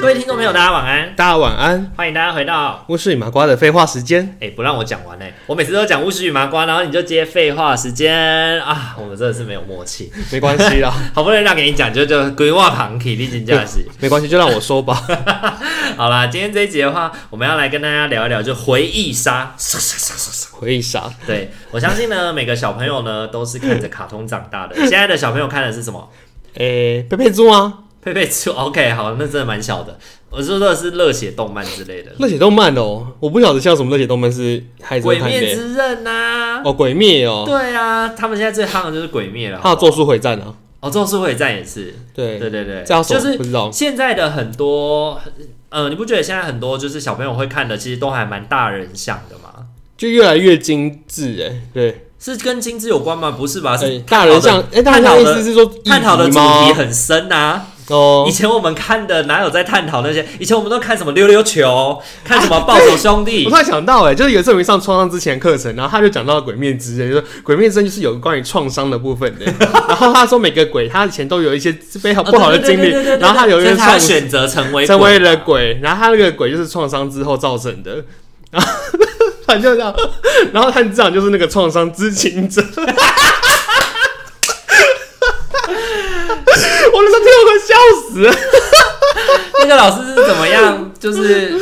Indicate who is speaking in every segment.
Speaker 1: 各位听众朋友，大家晚安，
Speaker 2: 大家晚安。
Speaker 1: 欢迎大家回到。
Speaker 2: 我是你麻瓜的废话时间，
Speaker 1: 哎、不让我讲完哎、我每次都讲巫师与麻瓜，然后你就接废话时间啊，我们真的是没有默契。
Speaker 2: 没关系 啦，
Speaker 1: 好不容易让给你讲，就就规划旁体力竞价是。
Speaker 2: 没关系，就让我说吧。
Speaker 1: 好啦，今天这一集的话，我们要来跟大家聊一聊，就回忆杀。
Speaker 2: 回忆杀，
Speaker 1: 对我相信呢，每个小朋友呢都是看着卡通长大的。现在的小朋友看的是什么？
Speaker 2: 诶、佩佩猪啊，
Speaker 1: 佩佩猪。OK，好，那真的蛮小的。我说的是热血动漫之类的，《
Speaker 2: 热血动漫哦，我不晓得像什么热血动漫是孩子会
Speaker 1: 鬼
Speaker 2: 看
Speaker 1: 灭
Speaker 2: 的
Speaker 1: 之刃》呐。
Speaker 2: 哦，鬼灭哦，
Speaker 1: 对啊，他们现在最夯的就是鬼灭了。
Speaker 2: 还有咒术回战啊，
Speaker 1: 哦，咒术回战也是。
Speaker 2: 对，
Speaker 1: 对对对，
Speaker 2: 这样什
Speaker 1: 就
Speaker 2: 么
Speaker 1: 是
Speaker 2: 不知道
Speaker 1: 现在的很多，呃，你不觉得现在很多就是小朋友会看的，其实都还蛮大人向的吗？
Speaker 2: 就越来越精致哎，对，
Speaker 1: 是跟精致有关吗？不是吧？
Speaker 2: 诶
Speaker 1: 是
Speaker 2: 大人像诶、大
Speaker 1: 探
Speaker 2: 人
Speaker 1: 讨
Speaker 2: 像
Speaker 1: 的
Speaker 2: 意思是说议题
Speaker 1: 探讨的主题
Speaker 2: 吗？
Speaker 1: 很深啊。以
Speaker 2: 哦，
Speaker 1: 前我们看的哪有在探讨那些？以前我们都看什么溜溜 球，看什么暴走兄弟
Speaker 2: 我突。然想到哎、就是有一次我们上创伤之前课程，然后他就讲到鬼灭之刃，就说鬼灭之刃就是有关于创伤的部分的。 然后他说每个鬼他以前都有一些非常
Speaker 1: 哦
Speaker 2: 不好的
Speaker 1: 对对
Speaker 2: 经历
Speaker 1: 对对对，对
Speaker 2: 然后他有一
Speaker 1: 所
Speaker 2: 个
Speaker 1: 以他
Speaker 2: 创
Speaker 1: 选择成为
Speaker 2: 成为了
Speaker 1: 嘛
Speaker 2: 鬼，然后他那个鬼就是创伤之后造成的。然后反正就这样，然后探长就是那个创伤知情者。 我那时候听我快笑死了，
Speaker 1: 那个老师是怎么 样？就是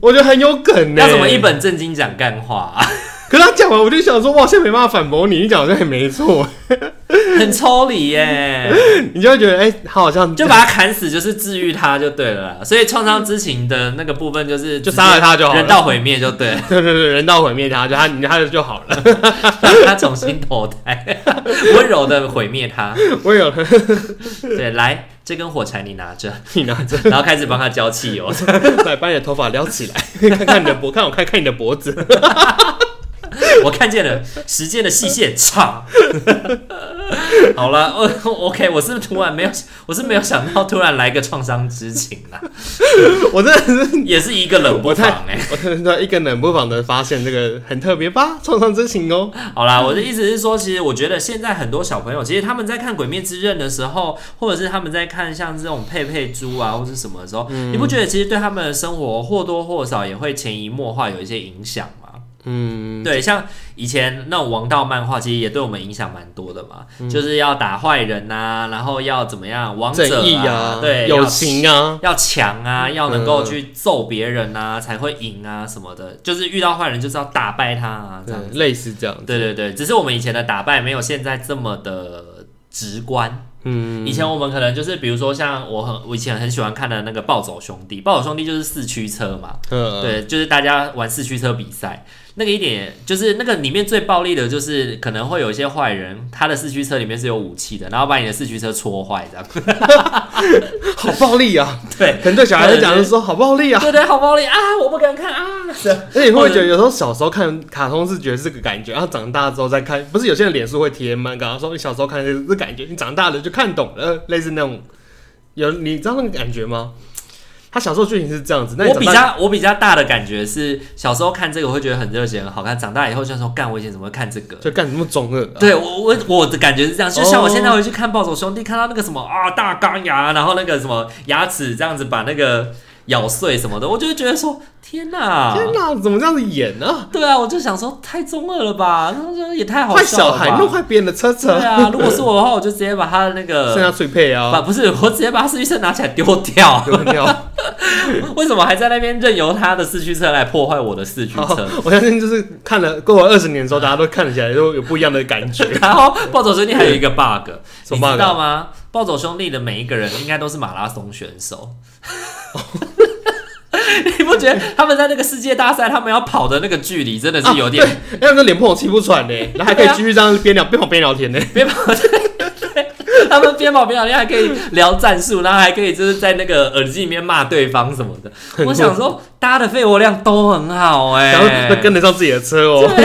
Speaker 2: 我觉得很有梗呢、
Speaker 1: 要怎么一？本正经讲干话、啊，
Speaker 2: 可是他讲完，我就想说，哇，现在没办法反驳你，你讲好像也没错，欸
Speaker 1: 很抽离耶、
Speaker 2: 你就会觉得，哎、他好像
Speaker 1: 就把他砍死，就是治愈他就对了啦。所以创伤之情的那个部分就是
Speaker 2: 就杀了他就好了
Speaker 1: 人道毁灭就对了，
Speaker 2: 对对对，人道毁灭他，就他他就好 了。
Speaker 1: 让他重新投胎， 温柔的毁灭他。
Speaker 2: 我有
Speaker 1: 对，来这根火柴你拿着，
Speaker 2: 你拿着
Speaker 1: 然后开始帮他浇汽油。
Speaker 2: 来把你的头发撩起 来，看看你的脖，看我看看你的脖子。
Speaker 1: 我看见了时间的细线，差。 好了，我 OK，我是突然没有，我是没有想到突然来个创伤之情啦，
Speaker 2: 我真的是
Speaker 1: 也是一个冷不防哎、
Speaker 2: 我真的一个冷不防的发现，这个很特别吧？创伤之情哦，
Speaker 1: 好啦，我的意思是说，其实我觉得现在很多小朋友，其实他们在看《鬼灭之刃》的时候，或者是他们在看像这种佩佩猪啊，或是什么的时候，
Speaker 2: 嗯
Speaker 1: 你不觉得其实对他们的生活或多或少也会潜移默化有一些影响吗？
Speaker 2: 嗯，
Speaker 1: 对，像以前那种王道漫画，其实也对我们影响蛮多的嘛，
Speaker 2: 嗯
Speaker 1: 就是要打坏人呐、然后要怎么样，王者
Speaker 2: 正义
Speaker 1: 啊，
Speaker 2: 啊，
Speaker 1: 对，
Speaker 2: 友
Speaker 1: 要
Speaker 2: 情啊，
Speaker 1: 要强啊，要能够
Speaker 2: 嗯
Speaker 1: 去揍别人啊，才会赢啊什么的，就是遇到坏人就是要打败他啊，这
Speaker 2: 对
Speaker 1: 样，
Speaker 2: 嗯类似这样，
Speaker 1: 对对对，只是我们以前的打败没有现在这么的直观。
Speaker 2: 嗯，
Speaker 1: 以前我们可能就是，比如说像我很我以前很喜欢看的那个《暴走兄弟》，《暴走兄弟》就是四驱车嘛，
Speaker 2: 呃，
Speaker 1: 对，就是大家玩四驱车比赛。那个一点就是那个里面最暴力的，就是可能会有一些坏人，他的四驱车里面是有武器的，然后把你的四驱车戳坏 这样。
Speaker 2: 好暴力啊！
Speaker 1: 对
Speaker 2: 可 能对小孩子讲的时候好暴力啊，
Speaker 1: 对对，好暴力啊！我不敢看啊！
Speaker 2: 而哎且你会不会觉得有时候小时候看卡通是觉得是个感觉，然后长大之后再看，不是有些人脸书会贴吗？刚刚说你小时候看的是感觉，你长大了就看懂了，类似那种，有你知道那个感觉吗？他小时候剧情是这样子，那你
Speaker 1: 我
Speaker 2: 长
Speaker 1: 比
Speaker 2: 大
Speaker 1: 较我比较大的感觉是，小时候看这个会觉得很热血、很好看，长大以后就说干，我以前怎么会看这个？
Speaker 2: 就干什么中二、啊？
Speaker 1: 对我我我的感觉是这样，就像我
Speaker 2: 哦
Speaker 1: 现在回去看《暴走兄弟》，看到那个什么啊大钢牙，然后那个什么牙齿这样子把那个咬碎什么的，我就会觉得说天哪，
Speaker 2: 天哪，怎么这样子演呢、
Speaker 1: 对啊，我就想说太中二了吧，他说也太好
Speaker 2: 坏
Speaker 1: 笑
Speaker 2: 小
Speaker 1: 了吧。
Speaker 2: 孩弄坏别人的车
Speaker 1: 对
Speaker 2: 车，
Speaker 1: 啊，如果是我的话，我就直接把他的那
Speaker 2: 剩下
Speaker 1: 个。
Speaker 2: 脆配
Speaker 1: 把
Speaker 2: 啊，
Speaker 1: 不是，我直接把他四驱车拿起来丢掉。
Speaker 2: 丢掉。
Speaker 1: 为什么还在那边任由他的四驱车来破坏我的四驱车？。
Speaker 2: 我相信就是看了过了二十年之后，大家都看起来都有不一样的感觉
Speaker 1: 然后暴走兄弟还有一个 bug，
Speaker 2: 什
Speaker 1: 你
Speaker 2: 么 bug 啊
Speaker 1: 知道吗？暴走兄弟的每一个人应该都是马拉松选 手。你不觉得他们在那个世界大赛，他们要跑的那个距离真 的是有点
Speaker 2: 哎，那脸碰我气不喘呢，然后还可以继续这样边聊边跑边聊天呢。
Speaker 1: 边跑他们边跑边聊天，还可以聊战术，然后还可以就是在那个耳机里面骂对方什么的。
Speaker 2: 很酷
Speaker 1: 我想说，大家的肺活量都很好哎、
Speaker 2: 然后跟得上自己的车哦。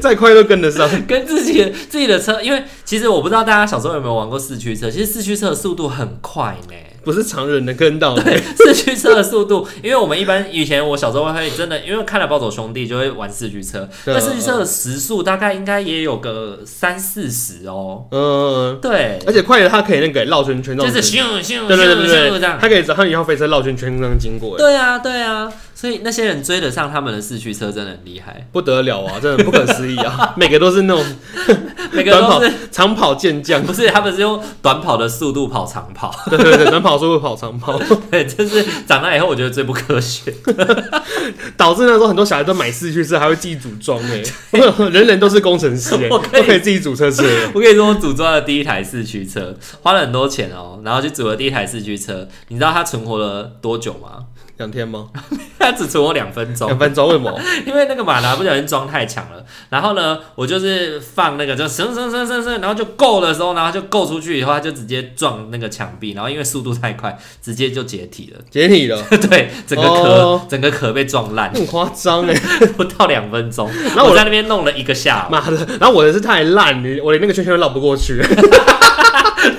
Speaker 2: 再快都跟得上。
Speaker 1: 跟自己的自己的车，因为其实我不知道大家小时候有没有玩过四驱车，其实四驱车的速度很快呢。
Speaker 2: 不是常人能跟到的，
Speaker 1: 四驱车的速度，因为我们一般以前我小时候会真的，因为看了《暴走兄弟》就会玩四驱车，
Speaker 2: 对
Speaker 1: 那
Speaker 2: 啊
Speaker 1: 四驱车的时速大概应该也有个三四十哦。
Speaker 2: 嗯，
Speaker 1: 对，
Speaker 2: 而且快的它可以那个绕圈圈绕
Speaker 1: 就
Speaker 2: 圈
Speaker 1: 是
Speaker 2: 圈，
Speaker 1: 咻咻咻
Speaker 2: 对对对
Speaker 1: 咻
Speaker 2: 对
Speaker 1: 这
Speaker 2: 对，
Speaker 1: 样。
Speaker 2: 它可以只它一号飞车绕圈圈这样经过，哎
Speaker 1: 对啊，对啊，所以那些人追得上他们的四驱车真的很厉 害，
Speaker 2: 不得了啊，真的不可思议 啊，每个都是那种
Speaker 1: 每个
Speaker 2: 短
Speaker 1: 都
Speaker 2: 跑
Speaker 1: 是
Speaker 2: 长跑健
Speaker 1: ，
Speaker 2: 将
Speaker 1: 不是他们是用短跑的速度跑长跑，
Speaker 2: 对对对，短跑速度跑长跑，
Speaker 1: 对，就是长大以后我觉得最不科学。
Speaker 2: 导致那时候很多小孩都买四驱车，还会自己组装哎， 人人都是工程师 哎，
Speaker 1: 我
Speaker 2: 都
Speaker 1: 可以
Speaker 2: 可以自己组车子哎，
Speaker 1: 我跟你说，我组装的第一台四驱车花了很多钱哦，然后就组了第一台四驱车。你知道它存活了多久吗？
Speaker 2: 两天吗？
Speaker 1: 它只存活两分钟
Speaker 2: 两，分钟为什么？
Speaker 1: 因为那个马达不小心装太强了。然后呢，我就是放那个就升升升升升，然后就够的时候，然后就够出去以后，它就直接撞那个墙壁，然后因为速度太快，直接就解体了。
Speaker 2: 解体了，
Speaker 1: 对，整个壳、
Speaker 2: 哦
Speaker 1: 整个壳被撞 烂，
Speaker 2: 很夸张哎，
Speaker 1: 不到两分钟。然
Speaker 2: 后
Speaker 1: 后
Speaker 2: 我
Speaker 1: 我在那边弄了一个下午，
Speaker 2: 妈的！然后我的是太烂，我连那个圈圈都绕不过去，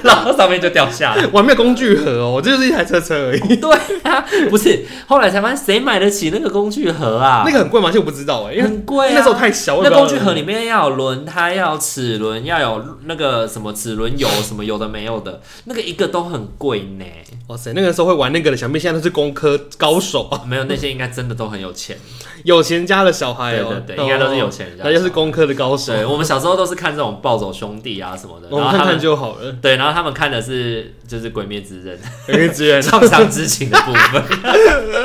Speaker 1: 然后上面就掉下来。
Speaker 2: 我还没有工具盒哦，我这就是一台车车而已。
Speaker 1: 对啊，不是，后来才发现谁买得起那个工具盒啊？
Speaker 2: 那个很贵吗？其实我不知道哎、因为
Speaker 1: 很贵啊，
Speaker 2: 那时候太小，我也
Speaker 1: 那
Speaker 2: 不知
Speaker 1: 工
Speaker 2: 道
Speaker 1: 具盒里面要有轮胎，要有齿轮，要有那个什么齿轮油，什么有的没有的，那个一个都很贵呢。
Speaker 2: 哇塞，那个时候会玩那个的，想必现在都是工科高手啊，
Speaker 1: 没有那些应该真的都很有钱，
Speaker 2: 有钱家的小孩哦、
Speaker 1: 对对对应该都是有钱人家
Speaker 2: 那又是工科的高手，
Speaker 1: 对我们小时候都是看这种暴走兄弟啊什么的，
Speaker 2: 我
Speaker 1: 然
Speaker 2: 们
Speaker 1: 后
Speaker 2: 看
Speaker 1: 他
Speaker 2: 看
Speaker 1: 们。
Speaker 2: 就好了。
Speaker 1: 对，然后他们看的是就是《鬼灭之刃
Speaker 2: 因为资源》
Speaker 1: 创伤之情的部分。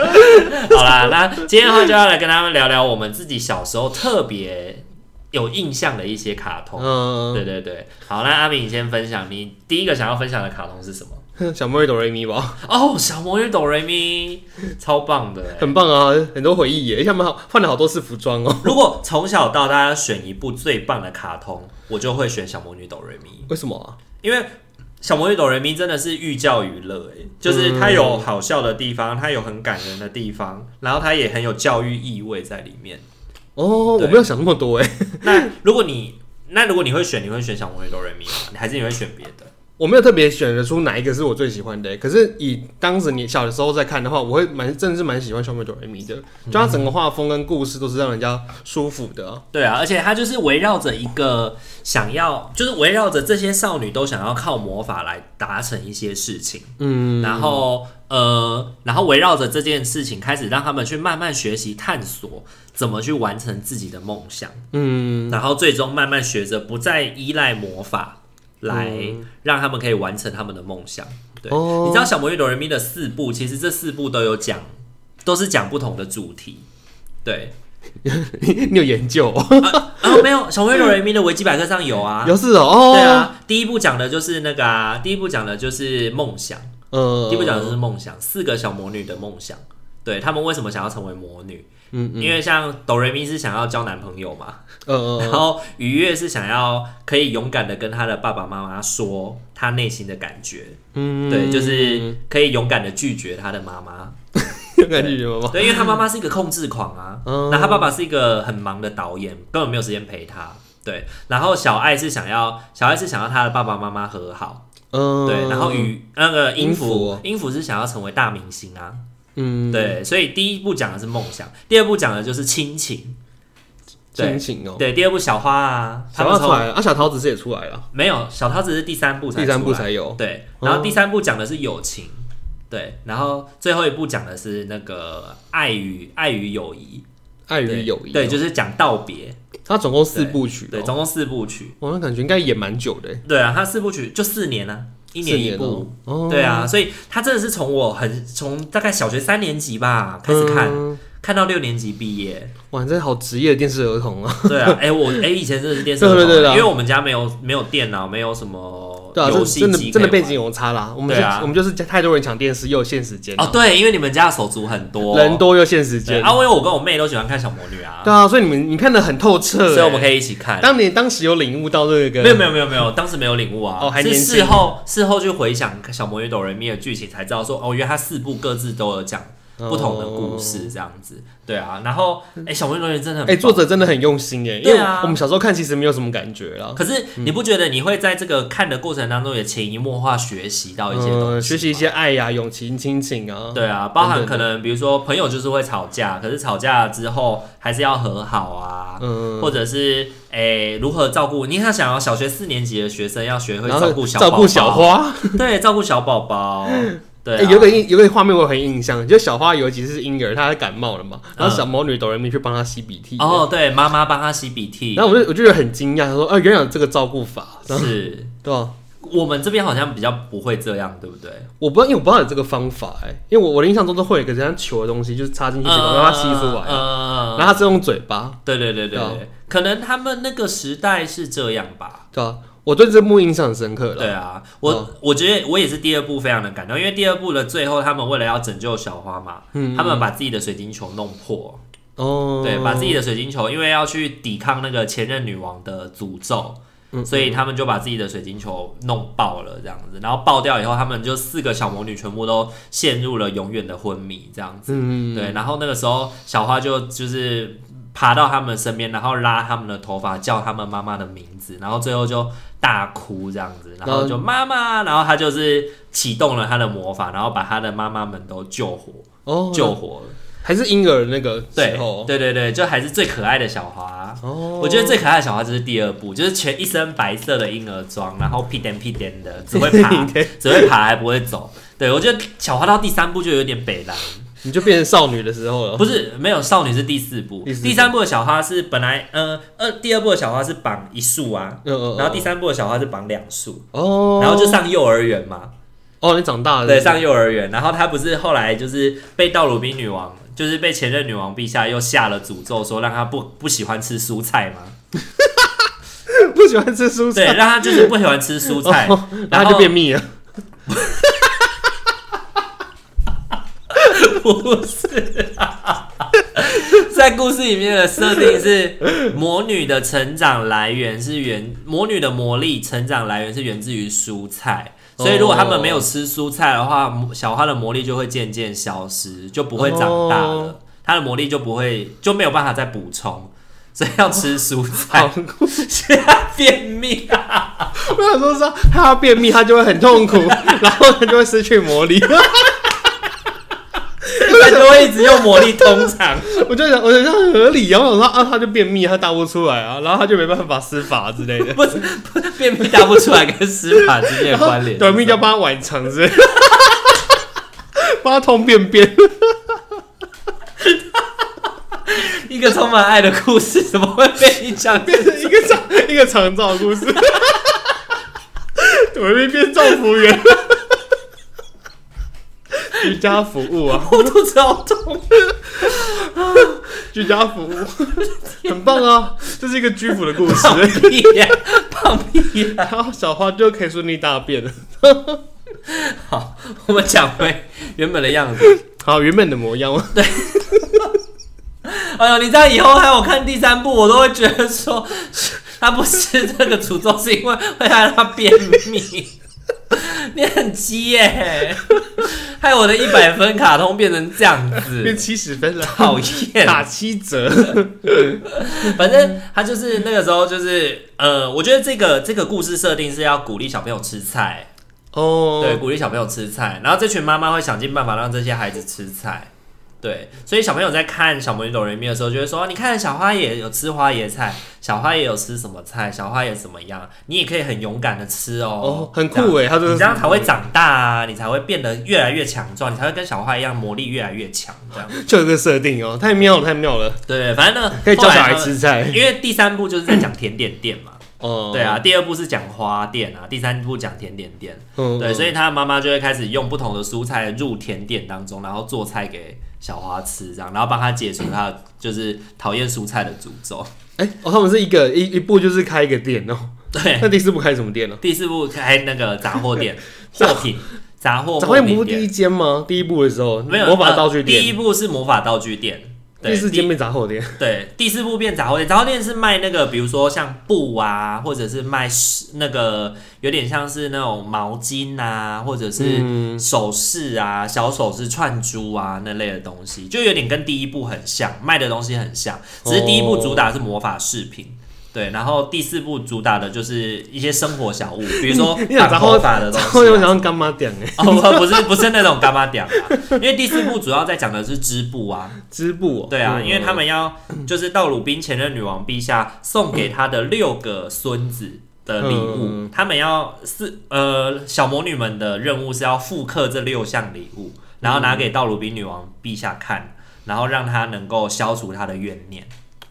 Speaker 1: 好啦，那今天的话就要来跟他们聊聊我们自己小时候特别有印象的一些卡通。
Speaker 2: 嗯，
Speaker 1: 对对对，好，那阿明，你先分享，你第一个想要分享的卡通是什么？
Speaker 2: 嗯小莫瑞哆瑞咪吧，
Speaker 1: 哦，小魔女哆瑞咪，超棒的 欸。
Speaker 2: 很棒啊，很多回忆耶，他们好换了好多次服装哦。
Speaker 1: 如果从小到大要选一部最棒的卡通，我就会选小魔女哆瑞咪，
Speaker 2: 为什么啊？
Speaker 1: 因为小魔女哆瑞咪真的是寓教于乐，哎，就是它有好笑的地方，它有很感人的地方，然后它也很有教育意味在里面。
Speaker 2: 哦，我
Speaker 1: 对
Speaker 2: 没有想那么多哎，
Speaker 1: 那如果你那如果你会选，你会选小魔女哆瑞咪吗？还是你会选别的？
Speaker 2: 我没有特别选得出哪一个是我最喜欢的欸。可是以当时你小的时候在看的话，我会蛮真的是蛮喜欢小莫瑞哆瑞咪的，
Speaker 1: 嗯
Speaker 2: 就它整个画风跟故事都是让人家舒服的啊、
Speaker 1: 对啊，而且它就是围绕着一个想要，就是围绕着这些少女都想要靠魔法来达成一些事情，
Speaker 2: 嗯，
Speaker 1: 然后呃，然后围绕着这件事情开始让他们去慢慢学习探索怎么去完成自己的梦想，
Speaker 2: 嗯，
Speaker 1: 然后最终慢慢学着不再依赖魔法来让他们可以完成他们的梦想。对，
Speaker 2: 嗯哦
Speaker 1: 你知道《小魔女哆瑞咪》的四部，其实这四部都有讲，都是讲不同的主题。 对，
Speaker 2: 你你有研 究、哦？
Speaker 1: 然后没有《小魔女哆瑞咪》的维基百科上有啊，
Speaker 2: 有是哦，哦
Speaker 1: 对，啊，第一部讲的就是那个啊，第一部讲的就是梦想，
Speaker 2: 嗯，
Speaker 1: 第一部讲的就是梦想，四个小魔女的梦想。对他们为什么想要成为魔女？
Speaker 2: 嗯嗯
Speaker 1: 因为像哆瑞咪是想要交男朋友嘛，
Speaker 2: 呃
Speaker 1: 然后愉悦是想要可以勇敢的跟她的爸爸妈妈说她内心的感觉，
Speaker 2: 嗯，
Speaker 1: 对， 就是可以勇敢的拒绝她的妈妈，
Speaker 2: 有感觉吗？
Speaker 1: 对，因为她妈妈是一个控制狂啊，
Speaker 2: 嗯
Speaker 1: 那她爸爸是一个很忙的导演，根本没有时间陪她。对，然后小爱是想要，小爱是想要她的爸爸妈妈和好，
Speaker 2: 嗯，
Speaker 1: 对，然后与那个音
Speaker 2: 音符
Speaker 1: 符
Speaker 2: 哦，
Speaker 1: 音符是想要成为大明星啊，
Speaker 2: 嗯，
Speaker 1: 对，所以第一部讲的是梦想，第二部讲的就是亲情，
Speaker 2: 亲情哦，
Speaker 1: 对，第二部小花啊，他
Speaker 2: 小
Speaker 1: 们
Speaker 2: 桃出
Speaker 1: 从
Speaker 2: 来了啊，小桃子是也出来了，
Speaker 1: 没有小桃子是第三部才
Speaker 2: 第三部
Speaker 1: 出来
Speaker 2: 才哦有，
Speaker 1: 对，然后第三部讲的是友情，对，然后最后一部讲的是那个爱与爱与友谊，
Speaker 2: 爱
Speaker 1: 对
Speaker 2: 与友谊，
Speaker 1: 对，，就是讲道别，
Speaker 2: 它总共四部曲，
Speaker 1: 对，
Speaker 2: 哦，
Speaker 1: 总共四部曲，
Speaker 2: 我那感觉应该演蛮久的，
Speaker 1: 对啊，它四部曲就四年啊，一年一
Speaker 2: 四
Speaker 1: 部，
Speaker 2: 哦，哦
Speaker 1: 对，啊，所以他真的是从我很从大概小学三年级吧开始看，
Speaker 2: 嗯
Speaker 1: 看到六年级毕业。
Speaker 2: 哇，这好职业的电视儿童啊，
Speaker 1: 对啊，哎、我哎、以前真的是电视
Speaker 2: 对对
Speaker 1: 儿童
Speaker 2: 对对啊
Speaker 1: 因为我们家没有没有电脑，没有什么
Speaker 2: 对啊，
Speaker 1: 游
Speaker 2: 这
Speaker 1: 戏
Speaker 2: 真的
Speaker 1: 机
Speaker 2: 真的
Speaker 1: 可以
Speaker 2: 背景有差啦，我们
Speaker 1: 对啊
Speaker 2: 就我们就是太多人抢电视又有限时间
Speaker 1: 玩。哦，，对，因为你们家的手足很多，
Speaker 2: 人多又限时
Speaker 1: 对
Speaker 2: 间
Speaker 1: 啊，，因为我跟我妹都喜欢看小魔女啊，
Speaker 2: 对啊，所以你们你看的很透彻，
Speaker 1: 所以我们
Speaker 2: 以。
Speaker 1: 可以一起看。
Speaker 2: 当年当时有领悟到这个，
Speaker 1: 没有没有没有没有，当时没有领悟啊，
Speaker 2: 哦还
Speaker 1: 是
Speaker 2: 年轻
Speaker 1: 事后事后去回想《小魔女斗人咪》的剧情才知道说，哦，原来它四部各自都有讲不同的故事这样子。对啊，然后哎、小魔女罗莲真的很
Speaker 2: 哎、
Speaker 1: 棒
Speaker 2: 作者真的很用心哎，因
Speaker 1: 对
Speaker 2: 为
Speaker 1: 啊
Speaker 2: 我们小时候看其实没有什么感觉啦，
Speaker 1: 可是你不觉得你会在这个看的过程当中也潜移默化学习到一些东西、
Speaker 2: 呃，学习一。些爱呀、勇气、亲情啊，
Speaker 1: 对啊，包含
Speaker 2: 等
Speaker 1: 可
Speaker 2: 等
Speaker 1: 能比如说朋友就是会吵架，可是吵架之后还是要和好啊，
Speaker 2: 嗯，
Speaker 1: 或者是诶、如何照顾？你看，想要小学四年级的学生要学会
Speaker 2: 然
Speaker 1: 照
Speaker 2: 后
Speaker 1: 顾小
Speaker 2: 照
Speaker 1: 宝
Speaker 2: 顾
Speaker 1: 宝
Speaker 2: 小，花，
Speaker 1: 对，照顾小宝 宝，对、啊
Speaker 2: 哎、有个印有个画面我很印象，就小花有一集是婴儿，她感冒了嘛，然后小魔女哆瑞咪去帮她吸鼻涕，
Speaker 1: 嗯哦，对，妈妈帮他洗鼻涕
Speaker 2: 然，后我就我就觉得很惊讶，她说啊，原来有这个照顾法，然后
Speaker 1: 是
Speaker 2: 对吧、
Speaker 1: 我们这边好像比较不会这样，对不对？
Speaker 2: 我不知道，因为我不知道有这个方法哎、因为我我的印象中都会有一个像球的东西，就是插进去，然后让它吸出来，
Speaker 1: 嗯，
Speaker 2: 然后它是用嘴巴，
Speaker 1: 对对对对
Speaker 2: 对啊
Speaker 1: 对，可能他们那个时代是这样吧。
Speaker 2: 对吧、我对这幕印象很深刻了。
Speaker 1: 对啊，我、我觉得我也是第二部非常的感动，因为第二部的最后，他们为了要拯救小花嘛，他们把自己的水晶球弄破，
Speaker 2: 哦，
Speaker 1: 对，把自己的水晶球，因为要去抵抗那个前任女王的诅咒，
Speaker 2: 嗯
Speaker 1: 所以他们就把自己的水晶球弄爆了，这样子。然后爆掉以后，他们就四个小魔女全部都陷入了永远的昏迷，这样子。
Speaker 2: 嗯，
Speaker 1: 对，然后那个时候小花就就是爬到他们身边，然后拉他们的头发，叫他们妈妈的名字，然后最后就大哭这样子，然后就妈妈，然后他就是启动了他的魔法，然后把他的妈妈们都救活，
Speaker 2: 哦，
Speaker 1: 救活了。
Speaker 2: 还是婴儿那个时
Speaker 1: 对
Speaker 2: 候，
Speaker 1: 对对对，就还是最可爱的小花。
Speaker 2: 哦，
Speaker 1: 我觉得最可爱的小花就是第二部，就是全一身白色的婴儿装，然后屁颠屁颠的，只 会爬，只会爬还不会走。对我觉得小花到第三部就有点北蓝，
Speaker 2: 你就变成少女的时候了。
Speaker 1: 不是没有少女是第四部，
Speaker 2: 哦第四部
Speaker 1: 第三部的小花是本来呃二第二部的小花是绑一束啊，
Speaker 2: 嗯嗯，嗯
Speaker 1: 然后第三部的小花是绑两束，
Speaker 2: 哦，
Speaker 1: 然后就上幼儿园嘛，
Speaker 2: 哦，你长大了，
Speaker 1: 对，上幼儿园，然后她不是后来就是被道鲁宾女王，就是被前任女王陛下又下了诅咒，说让她不不喜欢吃蔬菜嘛，
Speaker 2: 不喜欢吃蔬
Speaker 1: 对，
Speaker 2: 菜，哦
Speaker 1: 让她就是不喜欢吃蔬菜，
Speaker 2: 然
Speaker 1: 然
Speaker 2: 后
Speaker 1: 后
Speaker 2: 就便秘了。
Speaker 1: 不是、 在故事里面的设定是，魔女的成长来源是源魔女的魔力成长来源是源自于蔬菜，所以如果他们没有吃蔬菜的话，小花的魔力就会渐渐消失，就不会长大
Speaker 2: 哦
Speaker 1: 了，她的魔力就不会就没有办法再补充，所以要吃蔬
Speaker 2: 好，
Speaker 1: 菜，所以她便秘啊，
Speaker 2: 我想说是啊他要便秘，他就会很 痛苦，然后他就会失去魔力。
Speaker 1: 她就会一直用魔力通常。
Speaker 2: 我就想，我就想合理啊，我想说啊，他就便秘，他大不出来啊，然后他就没办法施法之类 的。
Speaker 1: 不是，不是便秘答不出来跟施法之间的关联是什么，
Speaker 2: 短命就要帮他挽肠之类的，帮他通便便。
Speaker 1: 一个充满爱的故事， 怎么会被你讲
Speaker 2: 变成一个长一个长照的故事， 我们变照服员， 居家服务啊，
Speaker 1: 我肚子好痛？
Speaker 2: 居家服务，很棒啊，这是一个居服的故
Speaker 1: 放
Speaker 2: 事。
Speaker 1: 屁呀、 放屁呀、
Speaker 2: 然后小花就可以顺利大便了。
Speaker 1: 好，我们讲回原本的样子。
Speaker 2: 好，原本的模样，
Speaker 1: 哎呦，你这样以后害我看第三部，我都会觉得说他不吃这个诅咒是因为会害他便秘。 你很鸡耶、害我的一百分卡通变成这样
Speaker 2: 变
Speaker 1: 子，
Speaker 2: 七十分了，
Speaker 1: 讨厌。
Speaker 2: 打七折。
Speaker 1: 反正他就是那个时候就是呃，我觉得这个这个故事设定是要鼓励小朋友吃菜。对，
Speaker 2: 哦，
Speaker 1: 鼓励小朋友吃菜，然后这群妈妈会想尽办法让这些孩子吃菜。对，所以小朋友在看《小魔女斗人咪》的时候，就会说：“你看小花也有吃花椰菜，小花也有吃什么菜，小花也怎么样，你也可以很勇敢的吃哦
Speaker 2: 哦，，很酷哎，他
Speaker 1: 这样你
Speaker 2: 这个
Speaker 1: 这样才会长大啊，你才会变得越来越强壮，你才会跟小花一样魔力越来越强。”这样
Speaker 2: 就有一个设定哦，太妙了，太妙了，
Speaker 1: 对，反正呢，
Speaker 2: 可以教
Speaker 1: 后来
Speaker 2: 小孩
Speaker 1: 他们
Speaker 2: 吃， 菜。
Speaker 1: 因为第三部就是在讲甜点店嘛，
Speaker 2: 哦，
Speaker 1: 对啊，，第二部是讲花店啊，第三部讲甜点店，
Speaker 2: 嗯，
Speaker 1: 对，所
Speaker 2: 以
Speaker 1: 以他妈妈就会开始用不同的蔬菜入甜点当中，然后做菜给小花吃，这样，然后帮她解除她就是讨厌蔬菜的诅咒。
Speaker 2: 哎，哦，他们是一个一一步就是开一个店哦。
Speaker 1: 对，
Speaker 2: 那第四部开什么店呢？
Speaker 1: 第四部开那个杂货 店，货品杂货
Speaker 2: 杂货店不
Speaker 1: 货
Speaker 2: 是
Speaker 1: 品
Speaker 2: 第一
Speaker 1: 店，
Speaker 2: 间吗？第一部的时候，
Speaker 1: 没有
Speaker 2: 魔法道具
Speaker 1: 呃第一
Speaker 2: 店，
Speaker 1: 部是魔法道具店，对哦
Speaker 2: 第四间变杂货 店，
Speaker 1: 对，第四部变杂货店，杂货店是卖那个，比如说像布啊，或者是卖是那个有点像是那种毛巾啊，或者是
Speaker 2: 嗯
Speaker 1: 首饰啊、小首饰、串珠啊那类的东西，就有点跟第一部很像，卖的东西很像，只是第一部主打是魔法饰品。对，然后第四部主打的就是一些生活 小物，比如说
Speaker 2: 你想
Speaker 1: 绑
Speaker 2: 杂
Speaker 1: 头
Speaker 2: 货
Speaker 1: 发的东
Speaker 2: 杂
Speaker 1: 西、啊
Speaker 2: 货店我想要干妈店哎，
Speaker 1: 哦，不，不是，不是那种干妈屌啊，因为第四部主要在讲的是织布啊，
Speaker 2: 织布哦，
Speaker 1: 对啊，
Speaker 2: 嗯
Speaker 1: 因为他们要就是到鲁宾前任女王陛下送给他的六个孙子的礼物，
Speaker 2: 嗯
Speaker 1: 他们要四呃小魔女们的任务是要复刻这六项礼物，然后拿给到鲁宾女王陛下看，然后让她能够消除她的怨念。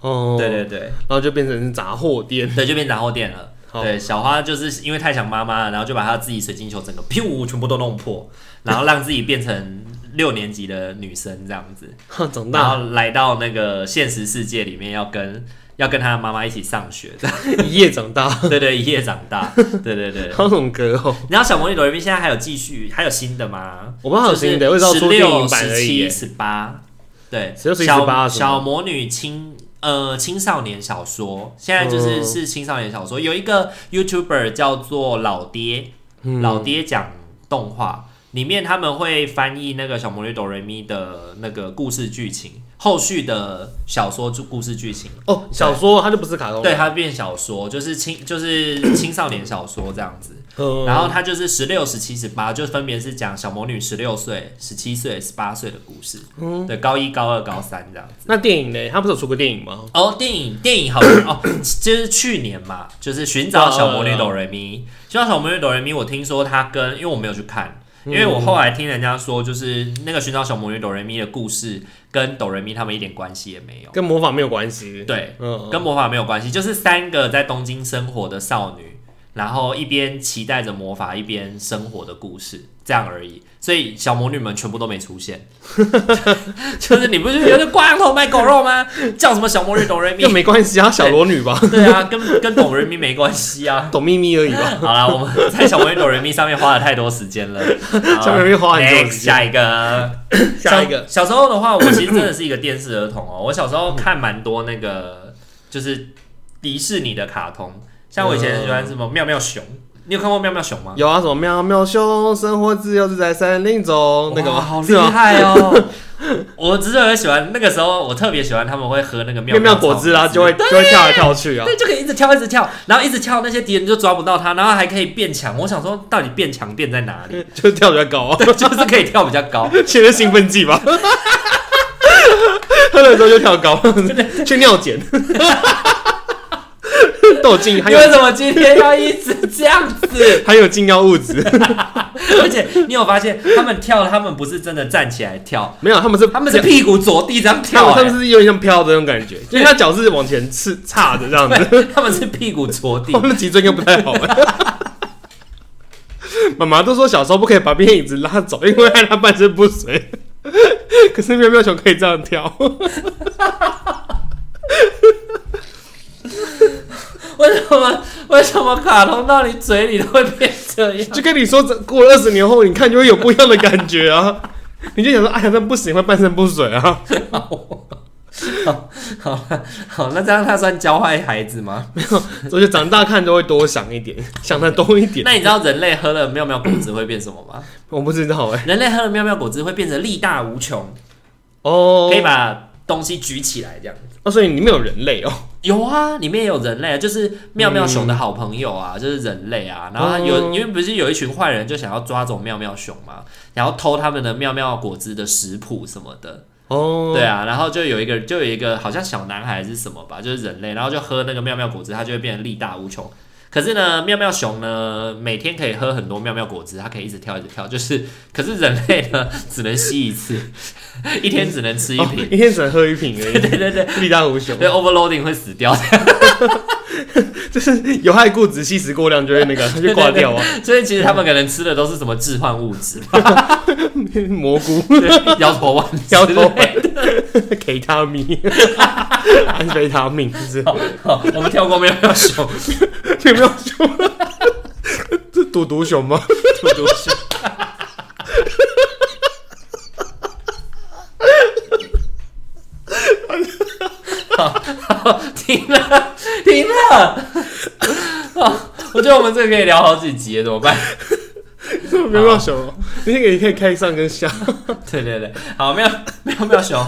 Speaker 2: 哦，
Speaker 1: 对，对对，
Speaker 2: 然后就变成杂货店，
Speaker 1: 对就变杂货店了。
Speaker 2: 好
Speaker 1: 对，小花就是因为太想妈妈了，然后就把她自己水晶球整个噗全部都弄破，然后让自己变成六年级的女生这样子。
Speaker 2: 哈长
Speaker 1: 然
Speaker 2: 大
Speaker 1: 后来到那个现实世界里面，要跟要跟他妈妈一起上学，
Speaker 2: 一夜长大，
Speaker 1: 对对，一夜长大，对对 对。
Speaker 2: 好种歌哦，
Speaker 1: 然后小魔女罗宾现在还有继续，还有新的吗？
Speaker 2: 我不知道有新的，
Speaker 1: 就
Speaker 2: 我知道
Speaker 1: 是
Speaker 2: 出
Speaker 1: 十
Speaker 2: 电
Speaker 1: 六、
Speaker 2: 影版
Speaker 1: 十
Speaker 2: 而已欸
Speaker 1: 七、
Speaker 2: 耶，
Speaker 1: 十八，对，
Speaker 2: 16
Speaker 1: 小
Speaker 2: 18什么
Speaker 1: 小魔女青呃青少年小说，现在就是、
Speaker 2: 嗯
Speaker 1: 是青少年小说，有一个 YouTuber 叫做老爹，
Speaker 2: 嗯
Speaker 1: 老爹讲动画，里面他们会翻译那个小魔女哆瑞咪的那个故事剧情，后续的小说故故事剧情，
Speaker 2: 哦，小说它就不是卡通，
Speaker 1: 对，它变小说，就是青就是青少年小说这样子。
Speaker 2: 嗯，
Speaker 1: 然后它就是十六、十七、十八，就分别是讲小魔女十六岁、十七岁、十八岁的故事，对，高一、高二、高三这样。
Speaker 2: 那电影呢？它不是有出过电影吗？
Speaker 1: 哦，电影电影好像哦， 就是去年嘛，就是寻找小魔女哆瑞咪。寻找小魔女哆瑞咪，我听说它跟，因为我没有去看，因为我后来听人家说，就是那个寻找小魔女哆瑞咪的故事跟哆瑞咪他们一点关系也没有，
Speaker 2: 跟魔法没有关系，，
Speaker 1: 对，
Speaker 2: 嗯，
Speaker 1: 跟魔法没有关系，就是三个在东京生活的少女，然后一边期待着魔法，一边生活的故事，这样而已。所以小魔女们全部都没出现， 就是你不是觉得挂羊头卖狗肉吗？叫什么小魔女哆瑞咪
Speaker 2: 跟？没关系啊，小裸女 吧，
Speaker 1: 对啊，跟跟董人民没关系啊。
Speaker 2: 懂秘密而已吧。
Speaker 1: 好啦，我们在小魔女董人民上面花了太多时间了。好
Speaker 2: 小魔女花很多
Speaker 1: Next，
Speaker 2: 时间
Speaker 1: 哎下一个，
Speaker 2: 下一个
Speaker 1: 小。小时候的话，我其实真的是一个电视儿童哦。我小时候看蛮多那个，就是迪士尼的卡通，像我以前很喜欢什么妙妙熊。你有看过妙妙熊吗？
Speaker 2: 有啊，什么妙妙熊，生活自由自在森林中那个
Speaker 1: 哇
Speaker 2: 吗？
Speaker 1: 好
Speaker 2: 是
Speaker 1: 厉
Speaker 2: 吗？
Speaker 1: 害 哦！我只是很喜欢那个时候，我特别喜欢他们会喝那个妙
Speaker 2: 妙妙果汁啊，
Speaker 1: 草莓
Speaker 2: 就会就会跳来跳去啊。
Speaker 1: 对，就可以一直跳，一直跳，然后一直跳，那些敌人就抓不到他，然后还可以变强。我想说，到底变强变在哪 里？
Speaker 2: 就跳得比较高啊，
Speaker 1: 对，就是可以跳比较高。
Speaker 2: 其实兴奋 剂吧。喝了之后就跳高，去尿 检， 都有禁，还
Speaker 1: 你
Speaker 2: 有
Speaker 1: 为什么今天要一直这样子？
Speaker 2: 还有禁药物质，
Speaker 1: 而且你有发现，他们跳，他们不是真的站起来 跳，
Speaker 2: 没有，他们是
Speaker 1: 他们是屁股着地这样
Speaker 2: 他
Speaker 1: 跳、
Speaker 2: 们他
Speaker 1: 欸
Speaker 2: 们是有点像飘的那种感觉，就是他脚是往前刺叉的这 样子，
Speaker 1: 对，他们是屁股着地
Speaker 2: 他。们的脊椎应该不太好吧。 妈妈都说小时候不可以把变形椅子拉走，因为害他半身不遂。可是喵喵熊可以这样跳，
Speaker 1: 为什么？为什么卡通到你嘴里都会变这 样？
Speaker 2: 就跟你说，这过了二十年后，你看就会有不一样的感觉啊！你就想说，哎呀，那不行，会半身不遂啊！
Speaker 1: 好，好了，好，那这样他算教坏孩子吗？
Speaker 2: 所以就长大看都会多想一点，想的多一点。
Speaker 1: 那你知道人类喝了妙妙果汁会变什么吗？
Speaker 2: 我不知道哎、
Speaker 1: 人类喝了妙妙果汁会变成力大无穷，
Speaker 2: 哦
Speaker 1: 可以把东西举起来这样。
Speaker 2: 哦，所以里面有人类哦，
Speaker 1: 有啊，里面也有人类，啊，就是妙妙熊的好朋友啊，就是人类啊。然后他有，
Speaker 2: 嗯哦
Speaker 1: 因为不是有一群坏人就想要抓走妙妙熊嘛，然后偷他们的妙妙果汁的食谱什么的。
Speaker 2: 哦，
Speaker 1: 对啊，然后就有一个，就有一个好像小男孩还是什么吧，就是人类，然后就喝那个妙妙果汁，他就会变得力大无穷。可是呢，妙妙熊呢，每天可以喝很多妙妙果汁，它可以一直跳一直跳。就是，可是人类呢，只能吸一次， 一天只能吃一
Speaker 2: 哦
Speaker 1: 瓶。
Speaker 2: 一天只能喝一瓶而已，
Speaker 1: 对对对，
Speaker 2: 力大无穷。
Speaker 1: 对 overloading 会死掉。
Speaker 2: 就是有害固质吸食过量就会 那个就挂掉啊，
Speaker 1: 所以其实他们可能吃的都是什么致幻物 质，
Speaker 2: 蘑菇、
Speaker 1: 对摇头丸之类
Speaker 2: 摇
Speaker 1: 的、
Speaker 2: 头丸 K 他命、 安非他命，是
Speaker 1: 好好哦我们跳过妙妙熊，
Speaker 2: 有没有 熊？这赌毒熊吗？
Speaker 1: 吐毒熊。 哦我觉得我们这个可以聊好几集，怎么办？
Speaker 2: 这没办法 想哦，你可以可以开上跟下，
Speaker 1: 对对对，好，妙妙妙熊。